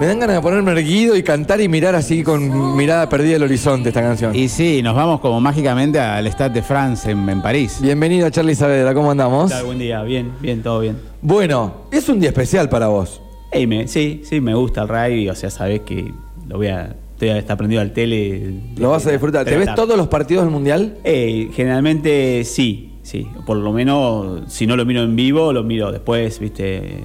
Me dan ganas de ponerme erguido y cantar y mirar así con mirada perdida el horizonte esta canción. Y sí, nos vamos como mágicamente al Stade de France en, en París. Bienvenido Charlie Saavedra, ¿cómo andamos? Tal, buen día, bien, bien, todo bien. Bueno, es un día especial para vos. Ey, me- sí, sí, me gusta el rugby, o sea, sabés que lo voy a. Estoy está prendido al tele. Lo vas a disfrutar. ¿Te Tres de ves la tarde. todos los partidos del mundial? Eh, generalmente sí, sí. Por lo menos, si no lo miro en vivo, lo miro después, viste.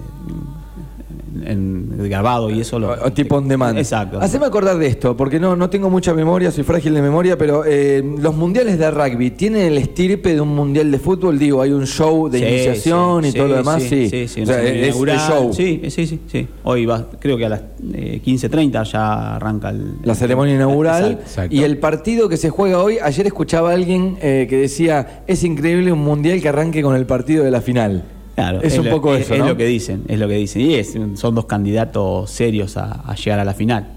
En, en grabado y eso lo. O- o tipo on demand. Exacto. Haceme acordar de esto, porque no, no tengo mucha memoria, soy frágil de memoria, pero eh, los mundiales de rugby tienen el estirpe de un mundial de fútbol, digo, hay un show de Sí, iniciación sí, y todo sí, lo demás, sí. Sí, sí, O sea, no sé, es, es inaugural, show. Sí, sí, sí, sí. Hoy va, creo que a las eh, 15.30 ya arranca el- La ceremonia inaugural Exacto. Exacto. y el partido que se juega hoy, ayer escuchaba a alguien eh, que decía, es increíble un mundial que arranque con el partido de la final. Claro, es, un lo- poco es- eso, Es ¿no? lo que dicen, es lo que dicen. Y es, son dos candidatos serios a, a llegar a la final.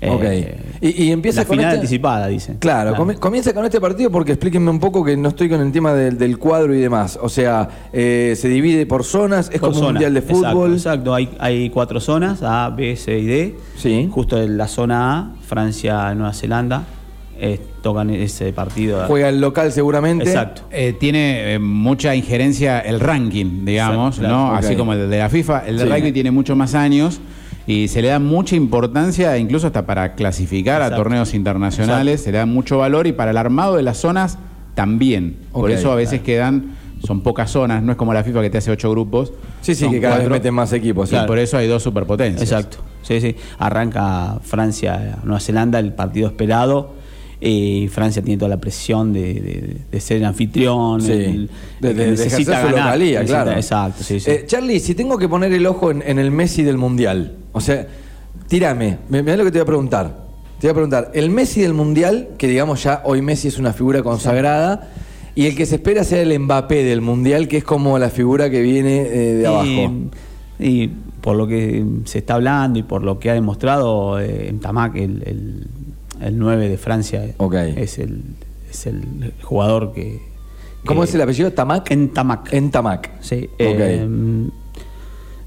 Eh, Ok. Y- y empieza la con final este- anticipada, dicen. Claro, comi- comienza con este partido porque explíquenme un poco que no estoy con el tema del, del cuadro y demás. O sea, eh, se divide por zonas, es Por como un zona, mundial de exacto, fútbol. Exacto, Hay, hay cuatro zonas, A, B, C y D. Sí. Justo en la zona A, Francia, Nueva Zelanda, eh, tocan ese partido. Juega el local seguramente. Exacto. Eh, tiene eh, mucha injerencia el ranking, digamos, Exacto, ¿no? claro, ok. Así como el de la FIFA. El de Sí. rugby tiene mucho más años y se le da mucha importancia, incluso hasta para clasificar a Exacto. torneos internacionales, se le da mucho valor y para el armado de las zonas también. Por Ok, eso a veces quedan, son pocas zonas, no es como la FIFA que te hace ocho grupos. Sí, sí, son que cada cuatro, vez meten más equipos. Y sí. por eso hay dos superpotencias. Exacto. Sí, sí. Arranca Francia, Nueva Zelanda, el partido esperado. Eh, Francia tiene toda la presión de, de- de ser el anfitrión. Sí. el- el De- de- que de ejercer su localía, necesita- claro. Exacto, sí, sí. Eh, Charlie, si tengo que poner el ojo en, en el Messi del Mundial, o sea, tírame, me- mirá lo que te voy a preguntar. Te voy a preguntar, el Messi del Mundial, que digamos ya hoy Messi es una figura consagrada, y el que se espera sea el Mbappé del Mundial, que es como la figura que viene eh, de abajo. Y, y por lo que se está hablando y por lo que ha demostrado eh, Tamac, el, el, el 9 de Francia, eh, Ok. es, el, es el jugador que. ¿Cómo que- es el apellido? ¿Tamac? Entamac. Entamac. Sí. Ok. eh,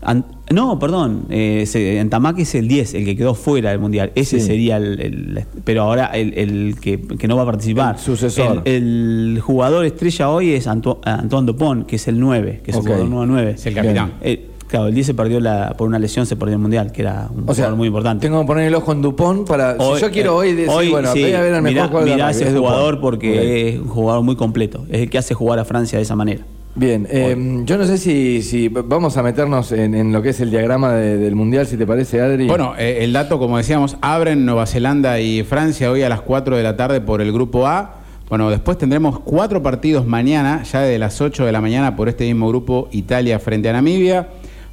an- no, perdón. eh, se- Entamac es el 10, el que quedó fuera del mundial. Ese Sí. sería el, el- Pero ahora el, el que, que no va a participar. El sucesor. El, el jugador estrella hoy es Anto- Antoine Dupont, que es el 9, que es Ok. el jugador número 9. Es el capitán. Eh, claro, el 10 se perdió la, por una lesión, se perdió el mundial, que era un O sea, jugador muy importante. Tengo que poner el ojo en Dupont para. Hoy- si yo quiero hoy decir, bueno, sí, voy a ver al mejor mirá- jugador de la mirá rugby, ese es Dupont. jugador porque Ok. es un jugador muy completo. Es el que hace jugar a Francia de esa manera. Bien, eh, yo no sé si, si vamos a meternos en, en lo que es el diagrama de- del Mundial, si te parece, Adri. Bueno, eh, el dato, como decíamos, abren Nueva Zelanda y Francia hoy a las 4 de la tarde por el grupo A. Bueno, después tendremos cuatro partidos mañana, ya de las 8 de la mañana por este mismo grupo, Italia frente a Namibia.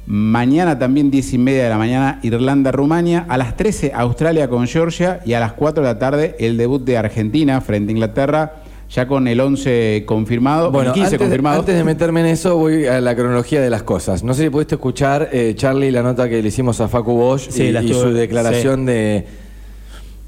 Mañana también 10 y media de la mañana, Irlanda-Rumania. A las 13, Australia con Georgia. Y a las 4 de la tarde, el debut de Argentina frente a Inglaterra, ya con el 11 confirmado, Bueno, el 15 antes, de- confirmado. antes de meterme en eso, voy a la cronología de las cosas. No sé si pudiste escuchar, eh, Charlie, la nota que le hicimos a Facu Bosch Sí, y, la y su estuve- declaración de.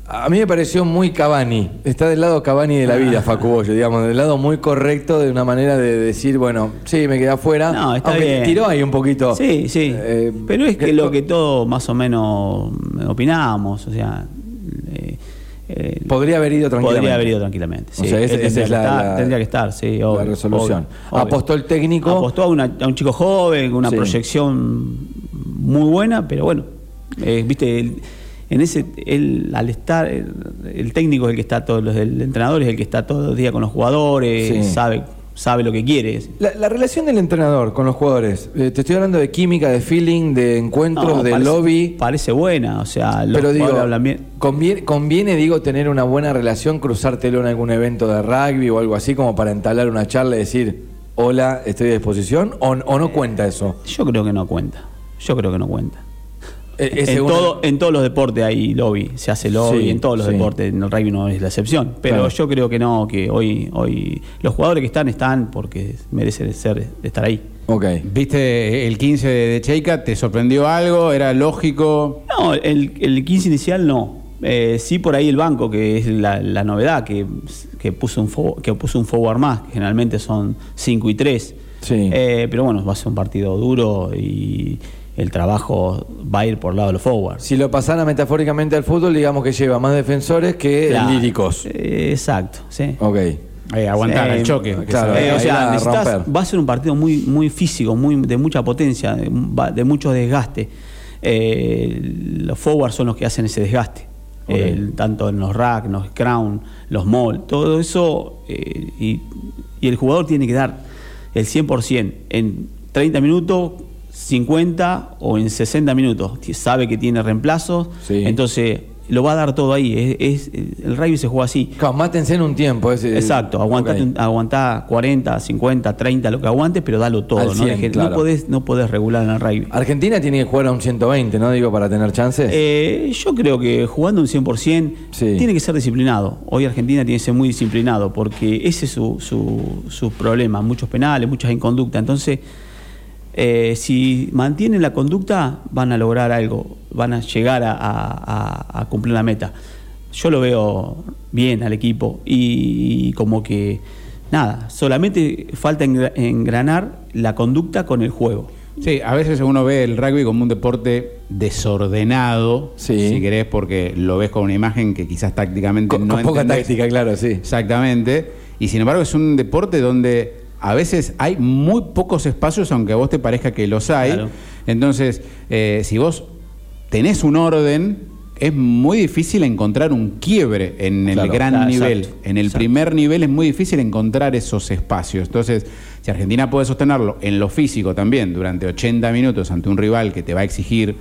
A mí me pareció muy Cavani. Está del lado Cavani de la vida, Ah. Facu Bosch, digamos, del lado muy correcto, de una manera de decir, bueno, sí, me quedé afuera. No, está aunque bien. tiró ahí un poquito. Sí, sí. Eh, Pero es que lo que todos más o menos opinábamos, o sea. eh, eh, Podría haber ido tranquilamente. podría haber ido tranquilamente. O sí. sea, ese- esa Él tendría es que la- estar- la- tendría que estar, sí, obvio, la resolución. obvio, obvio. Apostó el técnico. Apostó a, una- a un chico joven, con una Sí. proyección muy buena, pero bueno. eh, Viste, él- en ese, él, al estar, el, el técnico es el que está todos los, el entrenador es el que está todos los días con los jugadores, Sí. sabe, sabe lo que quiere. La, la relación del entrenador con los jugadores. eh, te estoy hablando de química, de feeling, de encuentros, No, de parece- lobby. Parece buena, o sea, los Pero digo, jugadores hablan bien. conviene, conviene, digo, tener una buena relación, cruzártelo en algún evento de rugby o algo así, como para entablar una charla y decir, hola, estoy a disposición, o, o no cuenta eso. Yo creo que no cuenta. Yo creo que no cuenta. Eh, es en, según- todo, en todos los deportes hay lobby, se hace lobby, Sí, en todos los sí. deportes, en el rugby no es la excepción. Pero Claro. yo creo que no, que hoy, hoy los jugadores que están, están porque merecen ser, estar ahí. Ok. Viste el 15 de, de Cheika, ¿te sorprendió algo? ¿Era lógico? No, el, el 15 inicial no. Eh, sí por ahí el banco, que es la, la novedad, que, que, puso un fo- que puso un forward más, que generalmente son 5 y Eh, 3. Sí. pero bueno, va a ser un partido duro y, el trabajo va a ir por el lado de los forwards. Si lo pasara metafóricamente al fútbol, digamos que lleva más defensores que Claro. líricos. Eh, exacto, sí. Ok. Eh, aguantar Sí, el choque. que claro. se ve. Eh, o ahí sea, la necesitas- romper. va a ser un partido muy, muy físico, muy, de mucha potencia, de, va- de mucho desgaste. Eh, los forwards son los que hacen ese desgaste. Ok. El- tanto en los rack, los crown, los mall, todo eso. eh, y, y el jugador tiene que dar el 100% en 30 minutos, 50 o en 60 minutos. Ti- Sabe que tiene reemplazos, Sí. entonces lo va a dar todo ahí. Es, es- el rugby se juega así. Claro, mátense en un tiempo. es, eh, Exacto, aguantate ok. un- aguantá 40, 50, 30, lo que aguantes, pero dalo todo. Al ¿no? 100, Deje- claro. no, podés, no podés regular en el rugby. Argentina tiene que jugar a un 120, ¿no? Digo, para tener chances. Eh, yo creo que jugando un 100% Sí. tiene que ser disciplinado. Hoy Argentina tiene que ser muy disciplinado porque ese es su, su- su problema. Muchos penales, muchas inconductas. Entonces, eh, si mantienen la conducta, van a lograr algo, van a llegar a, a- a- a cumplir la meta. Yo lo veo bien al equipo y, como que, nada, solamente falta engra- engranar la conducta con el juego. Sí, a veces uno ve el rugby como un deporte desordenado, Sí. si querés, porque lo ves con una imagen que quizás tácticamente con, no con poca entendés. táctica, claro, sí. Exactamente. Y sin embargo es un deporte donde a veces hay muy pocos espacios, aunque a vos te parezca que los hay. Claro. Entonces, eh, si vos tenés un orden, es muy difícil encontrar un quiebre en el Claro. gran Ah, nivel. exacto, en el exacto. primer nivel es muy difícil encontrar esos espacios. Entonces, si Argentina puede sostenerlo en lo físico también durante 80 minutos ante un rival que te va a exigir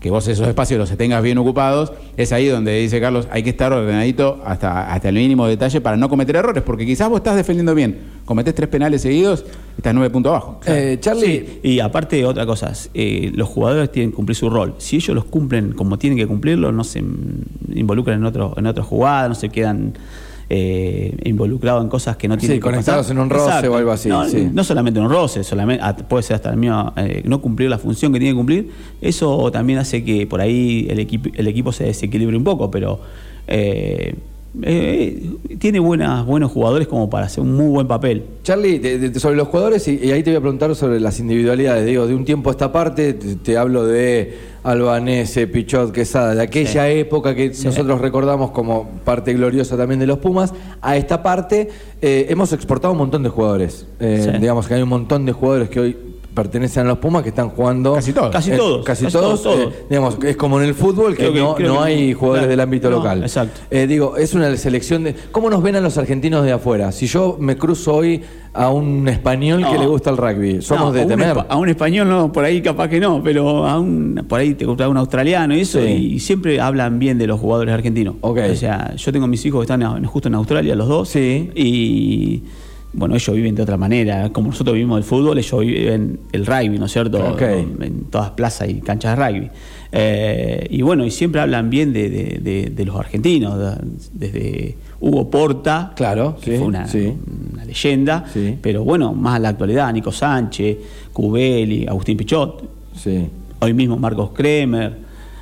que vos esos espacios los tengas bien ocupados, es ahí donde dice Carlos, hay que estar ordenadito hasta, hasta el mínimo detalle para no cometer errores, porque quizás vos estás defendiendo bien, cometés tres penales seguidos, estás nueve puntos abajo. Eh, Charlie, Sí, y aparte otra cosa, eh, los jugadores tienen que cumplir su rol. Si ellos los cumplen como tienen que cumplirlo, no se mm, involucran en otro, en otra jugada, no se quedan eh, involucrados en cosas que no Sí, tienen que conectados pasar. en un roce o algo así, No, sí. no solamente un roce, solamente, ah, puede ser hasta el mío, eh, no cumplir la función que tiene que cumplir. Eso también hace que por ahí el, equipo el equipo se desequilibre un poco, pero eh, eh, tiene buenas, buenos jugadores como para hacer un muy buen papel. Charlie, te- te- sobre los jugadores, y, y ahí te voy a preguntar sobre las individualidades. Digo, de un tiempo a esta parte, te, te hablo de Albanese, Pichot, Quesada, de aquella época que nosotros recordamos como parte gloriosa también de los Pumas, a esta parte eh, hemos exportado un montón de jugadores. Eh, Sí. Digamos que hay un montón de jugadores que hoy pertenecen a los Pumas que están jugando Casi todos. Casi Eh, todos, casi, casi todos, todos, eh, todos. digamos es como en el fútbol que, Creo que- no, creo no que- hay jugadores claro, del ámbito no, local exacto. eh, digo, es una selección de... ¿Cómo nos ven a los argentinos de afuera? Si yo me cruzo hoy a un español que No. le gusta el rugby, somos No, de a un temer. espa- A un español no, por ahí capaz que no, pero a un, por ahí te encontrás un australiano y eso, Sí. y, siempre hablan bien de los jugadores argentinos. Ok. O sea, yo tengo mis hijos que están en- justo en Australia, los dos, Sí. y bueno, ellos viven de otra manera. Como nosotros vivimos el fútbol, ellos viven el rugby, ¿no es cierto? Ok. En todas plazas y canchas de rugby. Eh, y bueno, y siempre hablan bien de, de- de- de los argentinos, de- desde Hugo Porta, Claro, que sí, fue una, sí. una leyenda, Sí. pero bueno, más a la actualidad, Nico Sánchez, Cubeli, Agustín Pichot, Sí. hoy mismo Marcos Kremer,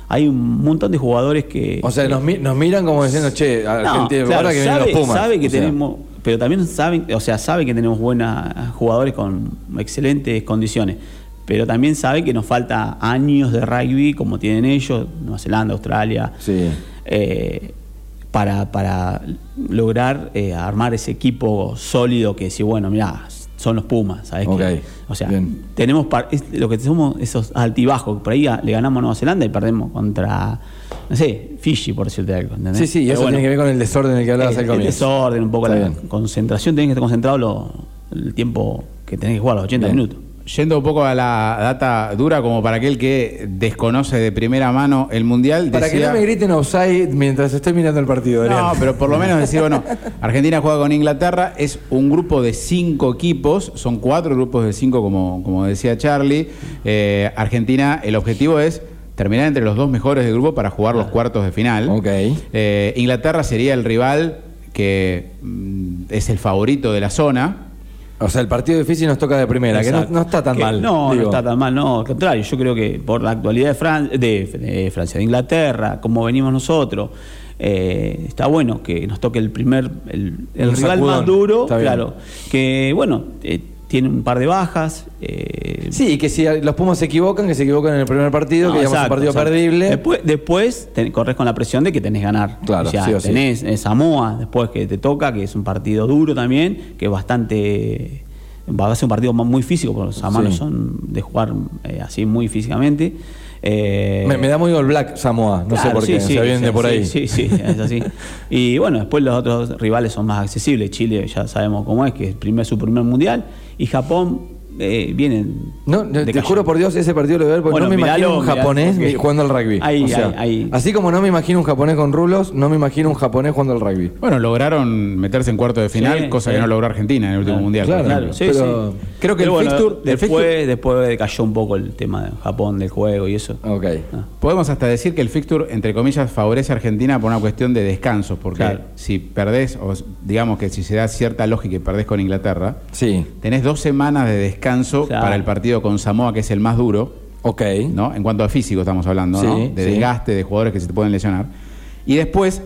hay un montón de jugadores que... O sea, nos, mi- nos miran como diciendo, che, No, Argentina, claro, ahora que vienen sabe, los Pumas. sabe que O sea, tenemos, pero también saben, o sea, sabe que tenemos buenos jugadores con excelentes condiciones, pero también sabe que nos falta años de rugby como tienen ellos, Nueva Zelanda, Australia, Sí. eh, para, para lograr eh, armar ese equipo sólido que decir, bueno, mirá, son los Pumas, ¿sabes? Ok, qué? o sea, bien. tenemos par- es lo que somos esos altibajos, por ahí a- le ganamos a Nueva Zelanda y perdemos contra, no sé, Fiji, por decirte algo, ¿entendés? Sí, sí, y ¿eh? Pero eso bueno, tiene que ver con el desorden del que hablabas al el, el comienzo. desorden, un poco Está la bien. concentración, tenés que estar concentrado lo- el tiempo que tenés que jugar, los 80 Bien. minutos. Yendo un poco a la data dura, como para aquel que desconoce de primera mano el Mundial, Para que decía- no me griten offside mientras estoy mirando el partido, No, Adrián. pero por lo menos decir, bueno, Argentina juega con Inglaterra, es un grupo de cinco equipos, son cuatro grupos de cinco, como, como decía Charlie. Eh, Argentina, el objetivo es terminar entre los dos mejores del grupo para jugar los cuartos de final. Ok. Eh, Inglaterra sería el rival que mm, es el favorito de la zona. O sea, el partido difícil nos toca de primera, que no, Exacto. no está tan Que mal. No, digo. no está tan mal, no, al contrario, yo creo que por la actualidad de, Fran- de, de Francia, de Inglaterra, como venimos nosotros, eh, está bueno que nos toque el primer, el, el Un rival sacudón, más duro, está bien. claro, que bueno, eh, tiene un par de bajas. eh, Sí, que si los Pumas se equivocan, que se equivocan en el primer partido, no, que digamos un exacto, partido exacto. perdible. Después, después te corres con la presión de que tenés que ganar. Claro, o sea, sí o sí. tenés eh, Samoa, después que te toca, que es un partido duro también, que es bastante. Va a ser un partido ma- muy físico, porque los samoanos Sí. son de jugar eh, así muy físicamente. Eh, me, me da muy All Black Samoa, no sé claro, por sí, qué, sí, se sí, viene por ahí. Sí, sí, sí, es así. Y bueno, después los otros rivales son más accesibles. Chile ya sabemos cómo es, que es primer, su primer mundial. Y Japón eh, vienen. No, no, te decayendo. juro por Dios, ese partido lo voy a ver porque Bueno, no me miralo, imagino un mirá, japonés porque- jugando al rugby. Ahí, O sea, ahí, ahí. Así como no me imagino un japonés con rulos, no me imagino un japonés jugando al rugby. Bueno, lograron meterse en cuarto de final, Sí, cosa sí. Ah, que no logró Argentina en el último Claro, mundial. claro, por claro, ejemplo. sí. Pero creo que el fixture- el después, fixture- después cayó un poco el tema de Japón, del juego y eso. Ok. Ah. Podemos hasta decir que el fixture, entre comillas, favorece a Argentina por una cuestión de descanso, porque Claro. si perdés, o s- digamos que si se da cierta lógica y perdés con Inglaterra, Sí. tenés dos semanas de descanso Claro. para el partido con Samoa, que es el más duro, Ok. ¿no? En cuanto a físico estamos hablando, ¿no? Sí, De sí. desgaste, de jugadores que se te pueden lesionar. Y después,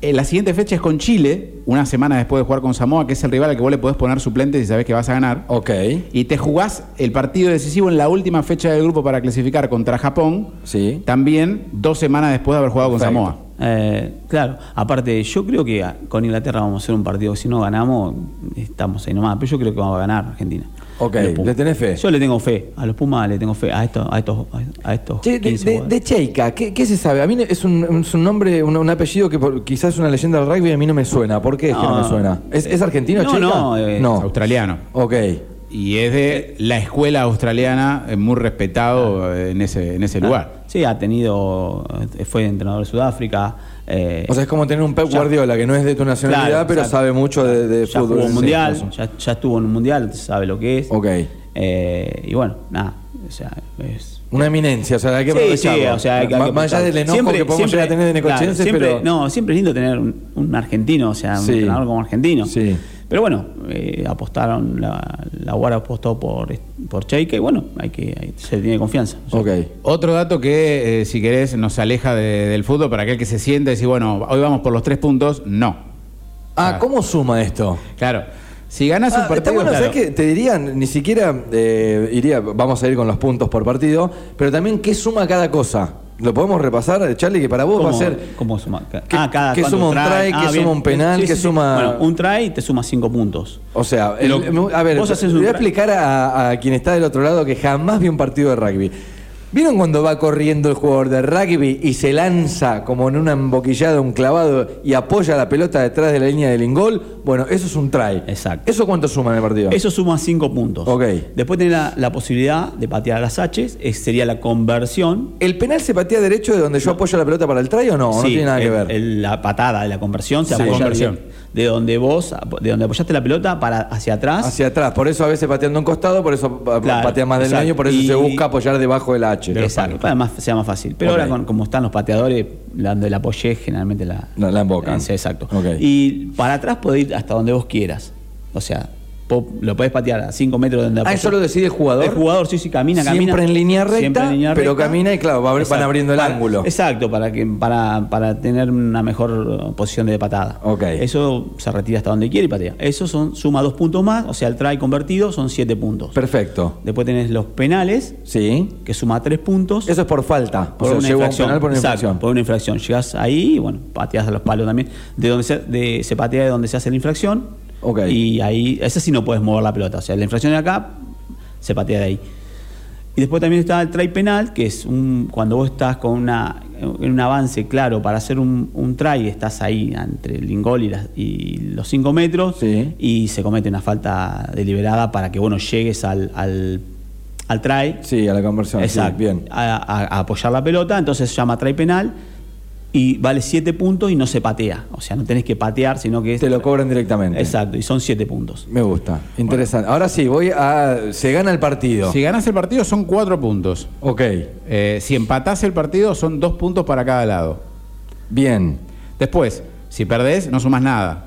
eh, la siguiente fecha es con Chile, una semana después de jugar con Samoa, que es el rival al que vos le podés poner suplente si sabés que vas a ganar. Ok. Y te jugás el partido decisivo en la última fecha del grupo para clasificar contra Japón. Sí. También dos semanas después de haber jugado Perfecto. con Samoa. Eh, claro, aparte, yo creo que ah, con Inglaterra vamos a hacer un partido. Si no ganamos, estamos ahí nomás. Pero yo creo que vamos a ganar Argentina. Ok, A los Pumas. ¿le tenés fe? Yo le tengo fe. A los Pumas le tengo fe. A estos. A estos, a estos Che, de, 15 de- jugadores. de Cheika, ¿qué, qué se sabe? A mí es un, un- es un nombre, un, un apellido que por- quizás es una leyenda del rugby, a mí no me suena. ¿Por qué es que no No. me suena? ¿Es, es argentino, No, Cheika? no, eh, no. Australiano. Ok. Y es de la escuela australiana, eh, muy respetado eh, en ese, en Ah. ese lugar. Sí, ha tenido. eh, Fue entrenador de Sudáfrica. eh, O sea, es como tener un Pep Ya. Guardiola que no es de tu nacionalidad, Claro, pero exacto. sabe mucho de, de ya fútbol. jugó un Sí, mundial, eso. ya, ya estuvo en un mundial, sabe lo que es. Ok. Eh, y bueno, nada. O sea, es. Una eminencia, o sea, hay que Sí, sí, aprovecharlo. o sea, hay que- hay Más que más allá apuntar. del enojo Siempre- que podemos siempre- llegar a tener de Necochense, claro, siempre- pero... No, siempre es lindo tener un, un argentino, o sea, un Sí. entrenador como argentino. Sí. Pero bueno, eh, apostaron, la, la Guara apostó por, por Cheika y bueno, hay que, hay- se tiene confianza. O sea, Ok. Otro dato que, eh, si querés, nos aleja de- del fútbol para aquel que se siente y dice, bueno, hoy vamos por los tres puntos. No. Ah, ¿cómo suma esto? Claro. Si ganas Ah, un partido. está bueno, claro. ¿sabes qué? Te dirían, ni siquiera eh, iría, vamos a ir con los puntos por partido, pero también qué suma cada cosa. Lo podemos repasar, Charlie, que para vos va a ¿cómo- ser. cómo suma? Ca- ¿Qué- ah, cada qué cuánto suma un try, qué bien. suma un penal, qué suma- Bueno, un try te suma cinco puntos. O sea, el- Lo- a ver, vos haces le un voy a tra- explicar a, a quien está del otro lado que jamás vio un partido de rugby. ¿Vieron cuando va corriendo el jugador de rugby y se lanza como en una emboquillada, un clavado y apoya la pelota detrás de la línea del ingol? Bueno, eso es un try. Exacto. ¿Eso cuánto suma en el partido? Eso suma 5 puntos. Ok. Después tenés la, la posibilidad de patear a las Hs, eh, sería la conversión. ¿El penal se patea derecho de donde yo apoyo la pelota para el try o no? no Sí, tiene nada que el- ver. el- la patada de la conversión se Sí. apoya Conversión. De, de donde vos, de donde apoyaste la pelota para hacia atrás. Hacia atrás, por eso a veces pateando un costado, por eso pa- Claro, patea más del exacto. año, por eso Y- se busca apoyar debajo del H. Exacto, para más, sea más fácil. Pero Ok. ahora, con- como están los pateadores, la, donde la apoyé, generalmente la, eh, La- la embocan. Sí, exacto. Ok. Y para atrás podés ir hasta donde vos quieras. O sea, po- lo podés patear a 5 metros de Ah, donde apoyó. eso lo decide el jugador. El jugador, sí, sí, camina, camina. Siempre en línea recta, Siempre en línea pero recta. camina y, claro, va a ver- van Exacto. abriendo el Para- ángulo. Exacto, para, que, para, para tener una mejor eh, posición de patada. Ok. Eso se retira hasta donde quiere y patea. Eso son, suma dos puntos más, o sea, el try convertido son siete puntos. Perfecto. Después tenés los penales, Sí. que suma tres puntos. Eso es por falta. Por o sea, una llevo a un infracción. penal por una Exacto, infracción. por una infracción. Llegás ahí y bueno, pateás a los palos también. De donde se, de- se patea de donde se hace la infracción. Ok. Y ahí, esa sí no puedes mover la pelota. O sea, la infracción de acá se patea de ahí. Y después también está el try penal, que es un cuando vos estás con una, en un avance claro para hacer un, un try, estás ahí entre el lingol y, las- y los 5 metros, Sí. y se comete una falta deliberada para que bueno llegues al, al, al try. Sí, a la conversión. sí, Exacto. bien. A, a- a apoyar la pelota, entonces se llama try penal y vale 7 puntos y no se patea. O sea, no tenés que patear, sino que. es- Te lo cobran directamente. Exacto, y son 7 puntos. Me gusta. Interesante. Ahora sí, voy a. Se gana el partido. Si ganas el partido son cuatro puntos. Ok. Eh, si empatás el partido son dos puntos para cada lado. Bien. Después, si perdés, no sumas nada.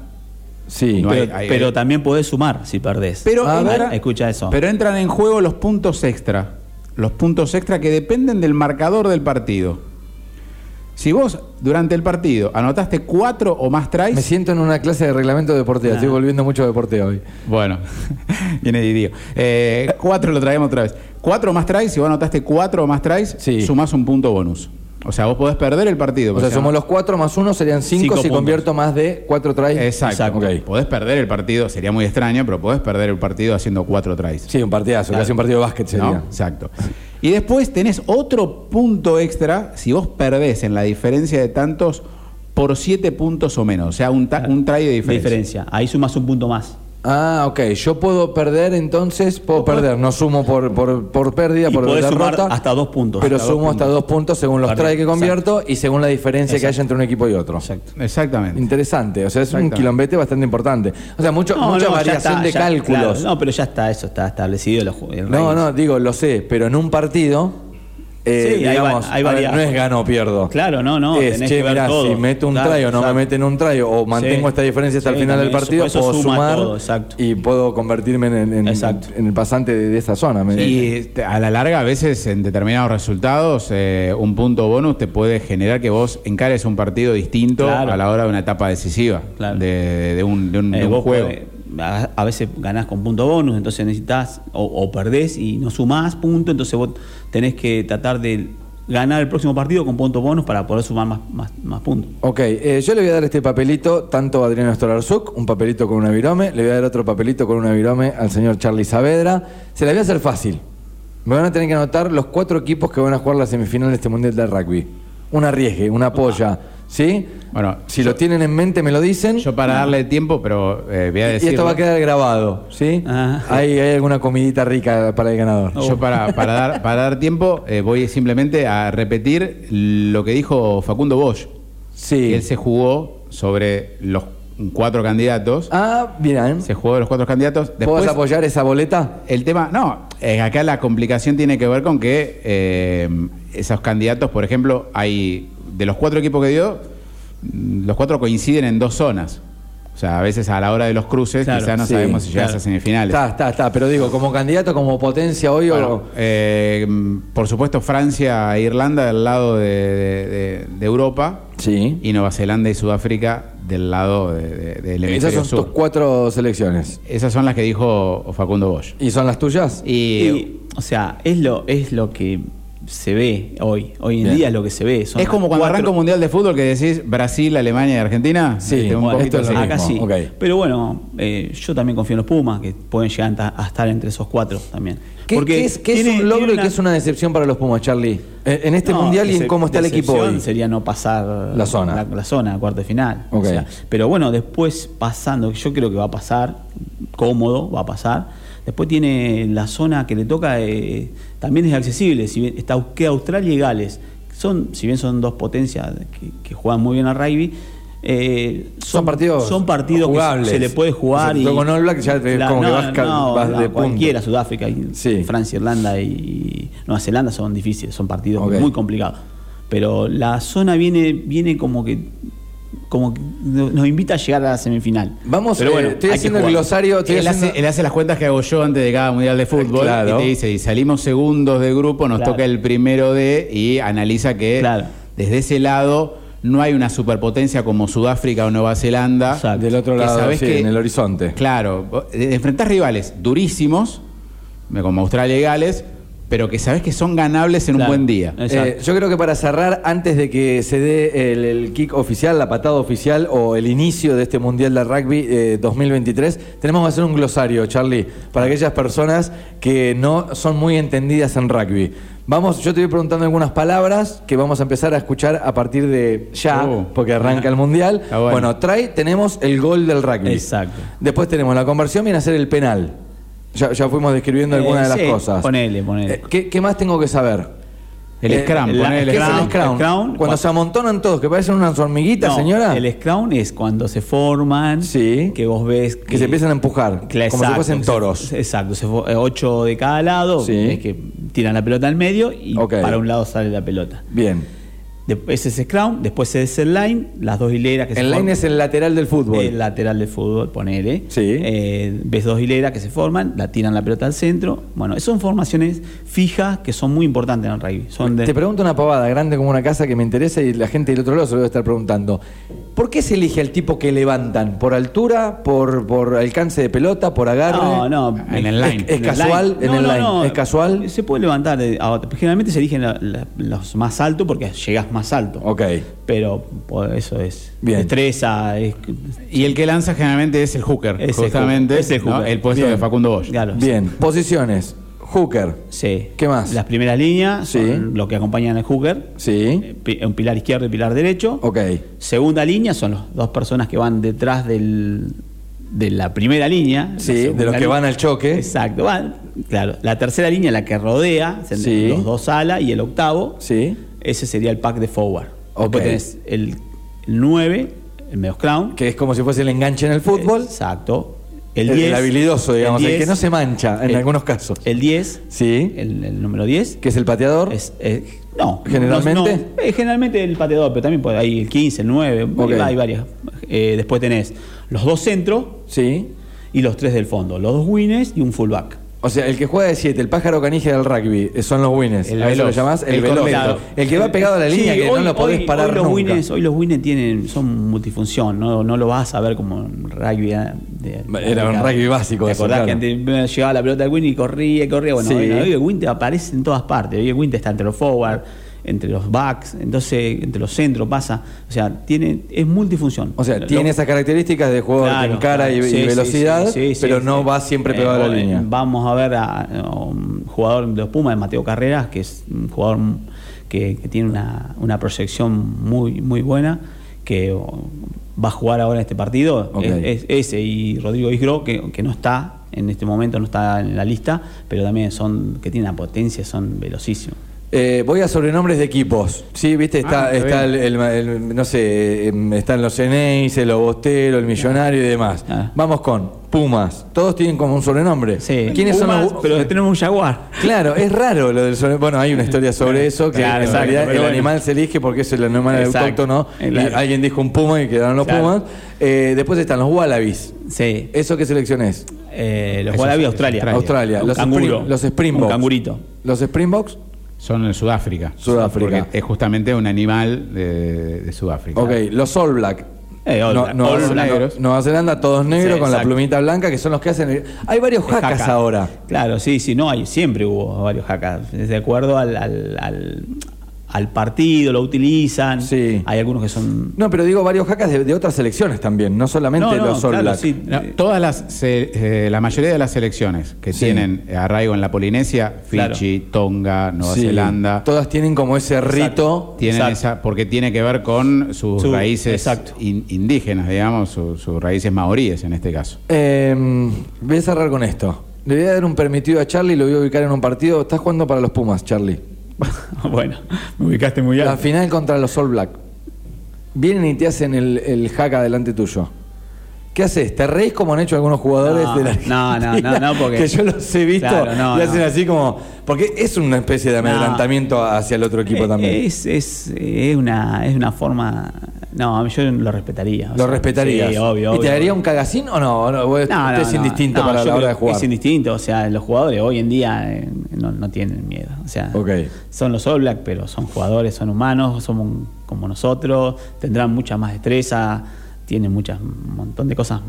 Sí. No hay- pero pero también podés sumar si perdés. Pero, A Ah, ver. escucha eso. pero entran en juego los puntos extra. Los puntos extra que dependen del marcador del partido. Si vos durante el partido anotaste cuatro o más tries, Me siento en una clase de reglamento deporteo, estoy volviendo mucho a deporteo hoy. Bueno, viene Didío. Eh, cuatro lo traemos otra vez. Cuatro más tries, si vos anotaste cuatro más tries, Sí. sumás un punto bonus. O sea, vos podés perder el partido. O sea, somos los 4 más 1 serían 5 Cinco si puntos. convierto más de 4 tries. Exacto. Ok. Podés perder el partido, sería muy extraño, pero podés perder el partido haciendo cuatro tries. Sí, un partidazo, casi un partido de básquet sería. ¿no? Exacto. Y después tenés otro punto extra si vos perdés en la diferencia de tantos por siete puntos o menos. O sea, un, ta- un try de De diferencia. diferencia. Ahí sumas un punto más. Ah, ok. Yo puedo perder entonces, puedo perder. No sumo por, por, por pérdida, Y por podés sumar derrota. hasta dos puntos. Pero Hasta dos sumo hasta puntos. dos puntos según los Correcto. tries que convierto y según la diferencia que haya entre un equipo y otro. Exacto. Exactamente. Interesante, o sea, es un Exactamente. quilombete bastante importante. O sea, mucho, mucha ya variación está, de ya- cálculos. claro, no, pero ya está, eso está establecido. Los, No, en reglas. no, digo, lo sé, pero en un partido, eh, Sí, hay digamos, va- hay a ver, varias- no es gano o pierdo. Claro, no, no, Es, tenés che, que ver mirá, todo. si meto un Claro, tray o no me exacto. meten un tray o mantengo esta diferencia hasta Sí, el final del también, partido, eso- eso puedo suma sumar todo, exacto. y puedo convertirme en, en- en- Exacto. en el pasante de, de esa zona. me- Y este, a la larga, a veces en determinados resultados, eh, un punto bonus te puede generar que vos encares un partido distinto Claro. a la hora de una etapa decisiva Claro. de, de un, de un- Eh, de un vos juego. podés- a, a veces ganás con punto bonus, entonces necesitas o, o perdés y no sumás punto, entonces vos tenés que tratar de ganar el próximo partido con punto bonus para poder sumar más, más, más puntos. Ok, eh, yo le voy a dar este papelito tanto a Adriano Stolarzuk, un papelito con una virome, le voy a dar otro papelito con una virome al señor Charlie Saavedra. Se la voy a hacer fácil. Me van a tener que anotar los cuatro equipos que van a jugar la semifinal de este Mundial de Rugby. Un arriesgue, una polla, ¿sí? Bueno, si lo tienen en mente me lo dicen. Yo para darle tiempo, pero eh, voy a y decir... esto va a quedar grabado, ¿sí? Ah. Hay, hay alguna comidita rica para el ganador. Yo para, para dar, para dar tiempo eh, voy simplemente a repetir lo que dijo Facundo Bosch. Sí. Él se jugó sobre los cuatro candidatos. Ah, bien. Se jugó de los cuatro candidatos. ¿Puedes Después, apoyar esa boleta? el tema, no, eh, acá la complicación tiene que ver con que eh, esos candidatos, por ejemplo, hay de los cuatro equipos que dio, mm, los cuatro coinciden en dos zonas. O sea, a veces a la hora de los cruces Claro, quizás no sí, sabemos si llegas claro. a semifinales. Está, está, está. Pero digo, como candidato, como potencia hoy Bueno, o... eh, mm, por supuesto, Francia e Irlanda del lado de, de- de- de Europa Sí. y Nueva Zelanda y Sudáfrica del lado de- de- del Esas hemisferio son sur. tus cuatro selecciones. Esas son las que dijo Facundo Bosch. ¿Y son las tuyas? Y, Y, o sea, es lo, es lo que se ve hoy. Hoy en Bien. día es lo que se ve. Son es como cuando cuatro- arranca un mundial de fútbol que decís Brasil, Alemania y Argentina. Sí, Este, un bueno, poquito esto es lo lo mismo. Acá sí. mismo, ok. Pero bueno, eh, yo también confío en los Pumas, que pueden llegar anta- a estar entre esos cuatro también. ¿Qué, qué es, qué es un tiene- logro tiene y qué es una decepción para los Pumas, Charlie? Eh, En este No, mundial y en dece- cómo está el equipo decepción hoy. sería no pasar La zona. la, la zona, cuarto de final. Ok. pero bueno, después pasando, yo creo que va a pasar, cómodo, va a pasar. Después tiene la zona que le toca, eh, también es accesible, si bien está que Australia y Gales. Son, si bien son dos potencias que, que juegan muy bien al rugby, eh, Son, partidos son partidos jugables. que se le puede jugar O sea, con All Blacks ya te- La- como que no, vas ca- no, vas no, de punto. cualquiera Sudáfrica y Sí. Francia Irlanda y Nueva Zelanda son difíciles son partidos Ok. muy complicados pero la zona viene viene como que como que no- nos invita a llegar a la semifinal Vamos, pero eh, bueno estoy hay que haciendo el jugar. glosario. estoy Él hace, haciendo- él hace las cuentas que hago yo antes de cada mundial de fútbol Claro. y te dice, y salimos segundos de grupo, nos Claro. toca el primero de y analiza que Claro. desde ese lado no hay una superpotencia como Sudáfrica o Nueva Zelanda. Exacto. Del otro que lado, sabés sí, que- en el horizonte. Claro, vos- eh, enfrentás rivales durísimos, como Australia y Gales, pero que sabes que son ganables en Claro. un buen día. Eh, Exacto. Eh, yo creo que para cerrar, antes de que se dé el, el kick oficial, la patada oficial o el inicio de este Mundial de Rugby eh, 2023, tenemos que hacer un glosario, Charlie, para aquellas personas que no son muy entendidas en rugby. Vamos, yo te voy preguntando algunas palabras que vamos a empezar a escuchar a partir de ya, Uh. Oh. porque arranca el Mundial. Está bueno. Bueno, trae, tenemos el gol del rugby. Ah, Exacto. Después tenemos la conversión, viene a ser el penal. Ya, ya fuimos describiendo Eh, algunas de sí, las cosas. ponele, ponele. Eh, ¿qué- ¿Qué más tengo que saber? El Eh, scrum, la- poné el ¿qué es scrum. el scrum? El scrum, Cuando cuando- se amontonan todos, que parecen unas hormiguitas, No, señora. el scrum es cuando se forman Sí. que vos ves que se empiezan a empujar. Claro, como si exacto, fuesen que se- toros. exacto, se fue, eh, ocho de cada lado, Sí. es que tiran la pelota al medio y Ok. para un lado sale la pelota. Bien. De- ese es scrum, después es el line, las dos hileras que El forman- line es el lateral del fútbol. el lateral del fútbol, ponele. Sí. Eh, ves dos hileras que se forman, la tiran la pelota al centro. Bueno, son formaciones fijas que son muy importantes en el rugby. Son de- Te pregunto una pavada grande como una casa que me interesa y la gente del otro lado se lo debe estar preguntando. ¿Por qué se elige al tipo que levantan? ¿Por altura? ¿Por, por alcance de pelota? ¿Por agarre? No, no. Ah, En el line. Es- es casual, en No, el no, line. no. ¿Es casual? Se puede levantar. eh, a otro. Generalmente se eligen la- la- los más altos porque llegas más alto. Ok. Pero pues, eso es. Bien. Destreza. Es, Y el que lanza generalmente es el hooker, Es el justamente. hooker, es el ¿no? hooker. puesto Bien. de Facundo Bosch. claro, sí. Bien, posiciones. Hooker. Sí. ¿Qué más? Las primeras líneas Sí. son lo que acompañan al hooker. Sí. eh, pi- Un pilar izquierdo y pilar derecho. Ok. Segunda línea son las dos personas que van detrás del, de la primera línea. Sí, La de segunda los que línea. van al choque. Exacto, van, claro. La tercera línea es la que rodea, se- Sí. los dos alas y el octavo. Sí. Ese sería el pack de forward. Ok. Después tenés el 9, el medio crown. Que es como si fuese el enganche en el fútbol. Exacto. El El 10. habilidoso, digamos, el que no se mancha en el- algunos casos. El 10. Sí. El, el número 10. Que es el pateador. Es, eh, no. ¿Generalmente? no, no. Eh, generalmente el pateador, pero también puede- hay el 15, el 9, Ok. hay varias. Eh, después tenés los dos centros Sí. y los tres del fondo, los dos winners y un fullback. O sea, el que juega de 7, el pájaro canija del rugby, eh, son los winners. El a eso lo veloz. llamás el, El veloz. correcto. Claro. El que va pegado a la Sí, línea, que no hoy- lo podés hoy- parar hoy los nunca. Winners, hoy los winners tienen, son multifunción, no, no lo vas a ver como un rugby. eh, de- Era un rugby básico ¿Te eso, acordás claro. que antes llegaba la pelota del win y corría, corría? Bueno, Sí. bueno, hoy el win te aparece en todas partes. Hoy el win te está entre los forward, entre los backs, entonces entre los centros pasa. O sea, tiene, es multifunción. O sea, Lo- tiene esas características de jugador Claro, con cara y, claro. y Sí, sí, velocidad, sí, sí, pero sí, no sí. va siempre Eh, pegado a la eh, línea. Vamos a ver a, a un jugador de los Pumas, de Mateo Carreras, que es un jugador que, que tiene una, una proyección muy, muy buena, que o, va a jugar ahora este partido. Ok. Es, es ese y Rodrigo Isgro, que, que no está en este momento, no está en la lista, pero también son que tienen una potencia, son velocísimos. Eh, voy a sobrenombres de equipos. Sí, viste, está, Ah, está está el, el- el- no sé, em, están los Eneis, el Obostero, el Millonario y demás. Ah. Vamos con Pumas. Todos tienen como un sobrenombre. Sí. ¿Quiénes son Pumas, los Pero tenemos un Jaguar. Claro, es raro lo del sobre- Bueno, hay una historia sobre eso, que en Claro, exacto, realidad pero el bueno. animal se elige porque es el animal Exacto, autóctono. y claro. alguien dijo un puma y quedaron los Claro. pumas. Eh, después están los wallabies. Sí. ¿Eso qué selección es? Eh, los Eso Wallabies, es Australia. Australia. Un Los, canguro. Spring- los Un Springboks. cangurito. Los Springboks. Son en Sudáfrica. Sudáfrica. Porque es justamente un animal de, de Sudáfrica. Ok, los All Black. Eh, All No- Black. Nueva All Zelanda- negros. Nueva Zelanda, todos negros Sí, con la exacto. plumita blanca, que son los que hacen. el- Hay varios Es jacas jaca. ahora. Claro, sí, sí, no, hay, siempre hubo varios hackers. De acuerdo al, al, al- al partido, lo utilizan. Sí. Hay algunos que son. No, pero digo varios jacas de, de otras selecciones también, no solamente No, no, los All claro, Black. sí. No, todas las, se- eh, la mayoría de las selecciones que Sí. tienen arraigo en la Polinesia, Claro. Fiji, Tonga, Nueva Sí, Zelanda, Todas tienen como ese rito. tienen Exacto. esa, porque tiene que ver con sus Su- raíces exacto. in- indígenas, digamos, su- sus raíces maoríes en este caso. Eh, voy a cerrar con esto. Le voy a dar un permitido a Charlie, lo voy a ubicar en un partido. Estás jugando para los Pumas, Charlie. bueno, me ubicaste muy La alto. final contra los All Black. Vienen y te hacen el, el hack adelante tuyo. ¿Qué haces? ¿Te reís como han hecho algunos jugadores No, de la no, no, Argentina? no, no, porque- Que yo los he visto Claro, no, y hacen no. así como... Porque es una especie de adelantamiento hacia el otro equipo Eh, también. Es, es, es una, es una forma. No, yo lo respetaría. o Lo sea, respetarías. Sí, obvio, ¿Y te obvio. daría un cagacín o no? no, vos- No, usted no, es no. indistinto No, para yo la hora creo de que jugar. Es indistinto, o sea, los jugadores hoy en día eh, no, no tienen miedo. O sea, Ok. son los All Black, pero son jugadores, son humanos, somos un- como nosotros, tendrán mucha más destreza, tienen muchas, un montón de cosas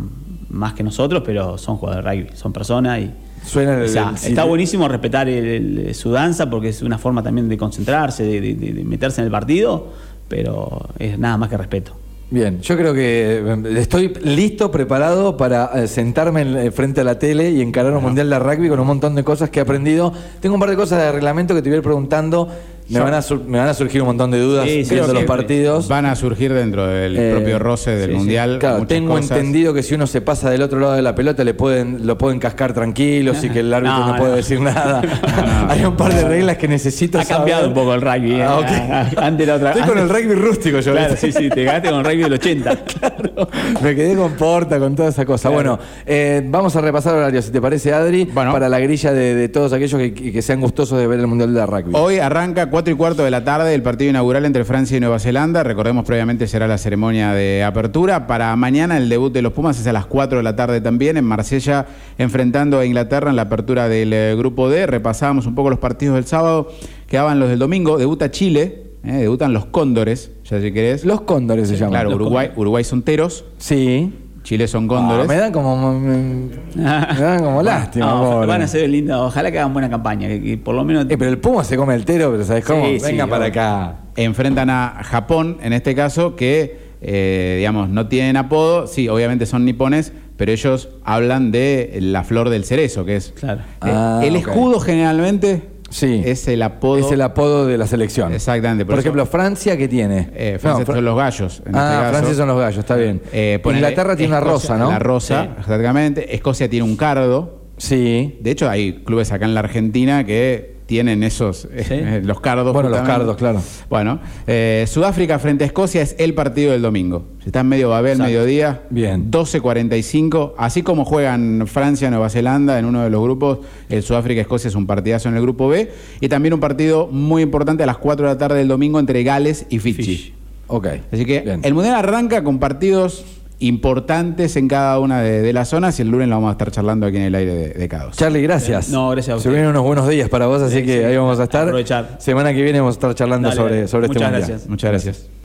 más que nosotros, pero son jugadores de rugby, son personas y. Suena el- o sea, el- está buenísimo respetar el- el- su danza porque es una forma también de concentrarse, de, de- de- de meterse en el partido, pero es nada más que respeto. Bien, yo creo que eh, estoy listo, preparado para eh, sentarme en- eh, frente a la tele y encarar un mundial de rugby con un montón de cosas que he aprendido. Tengo un par de cosas de reglamento que te voy a ir preguntando. Me, van a, sur- me van a surgir un montón de dudas Sí, sí, viendo sí, los sí. partidos. Van a surgir dentro del Eh, propio roce del sí, sí. mundial. Claro, muchas tengo cosas. entendido que si uno se pasa del otro lado de la pelota le pueden, lo pueden cascar tranquilos y que el árbitro no, No, puede no. decir nada. No, no. Hay un par de reglas que necesito Ha cambiado saber. un poco el rugby. eh. Ah, ok. Antes la otra. Estoy con el rugby rústico yo. Claro, ¿viste? sí, sí, te ganaste con el rugby del 80. Me quedé con Porta, con toda esa cosa. Bueno, eh, vamos a repasar horarios, si te parece, Adri, Bueno. Oh. para la grilla de, de todos aquellos que, que sean gustosos de ver el Mundial de Rugby. Hoy arranca 4 y cuarto de la tarde el partido inaugural entre Francia y Nueva Zelanda. Recordemos previamente será la ceremonia de apertura. Para mañana el debut de los Pumas es a las 4 de la tarde también en Marsella enfrentando a Inglaterra en la apertura del eh, grupo D. Repasábamos un poco los partidos del sábado. Quedaban los del domingo. Debuta Chile. eh, debutan los Cóndores, ya si querés. Los cóndores se llaman. claro, Los Uruguay, Uruguay son teros, Cóndores. Sí. Chile son Ah, cóndores. me dan como. Me, me dan como lástima, No, pobre. Ah. van a ser lindas. Ojalá que hagan buena campaña, que, que por lo menos Eh, pero el Puma se come el tero, pero ¿sabes cómo? Sí, sí, Venga para obvio. acá. enfrentan a Japón, en este caso, que, eh, digamos, no tienen apodo, sí, obviamente son nipones, pero ellos hablan de la flor del cerezo, que es... Claro. Eh, Ah, el ok. escudo generalmente Sí. es el apodo... Es el apodo de la selección. Exactamente, por Por, eso- ejemplo, Francia, ¿qué tiene? Eh, Francia No, Fra- son los gallos. en ah, este caso. Francia son los gallos, está bien. Eh, ponele, Inglaterra tiene una Escocia- rosa, ¿no? La rosa, exactamente. Escocia tiene un cardo. Sí. De hecho, hay clubes acá en la Argentina que tienen esos, eh, los cardos. Bueno, los cardos, claro. Bueno, eh, Sudáfrica frente a Escocia es el partido del domingo. Si está en medio Babel, Exacto. mediodía, Bien. 12.45. Así como juegan Francia, Nueva Zelanda en uno de los grupos, el Sudáfrica-Escocia es un partidazo en el grupo B. Y también un partido muy importante a las 4 de la tarde del domingo entre Gales y Fiji. Fiji. Ok. Así que Bien. el Mundial arranca con partidos importantes en cada una de, de las zonas y el lunes lo vamos a estar charlando aquí en el aire de, de Caos. Charlie, gracias. No, gracias a Se usted. vienen unos buenos días para vos, así Sí, que sí. ahí vamos a estar. Aprovechar. Semana que viene vamos a estar charlando Dale, sobre, dale. sobre este Muchas mundial. gracias. Muchas gracias.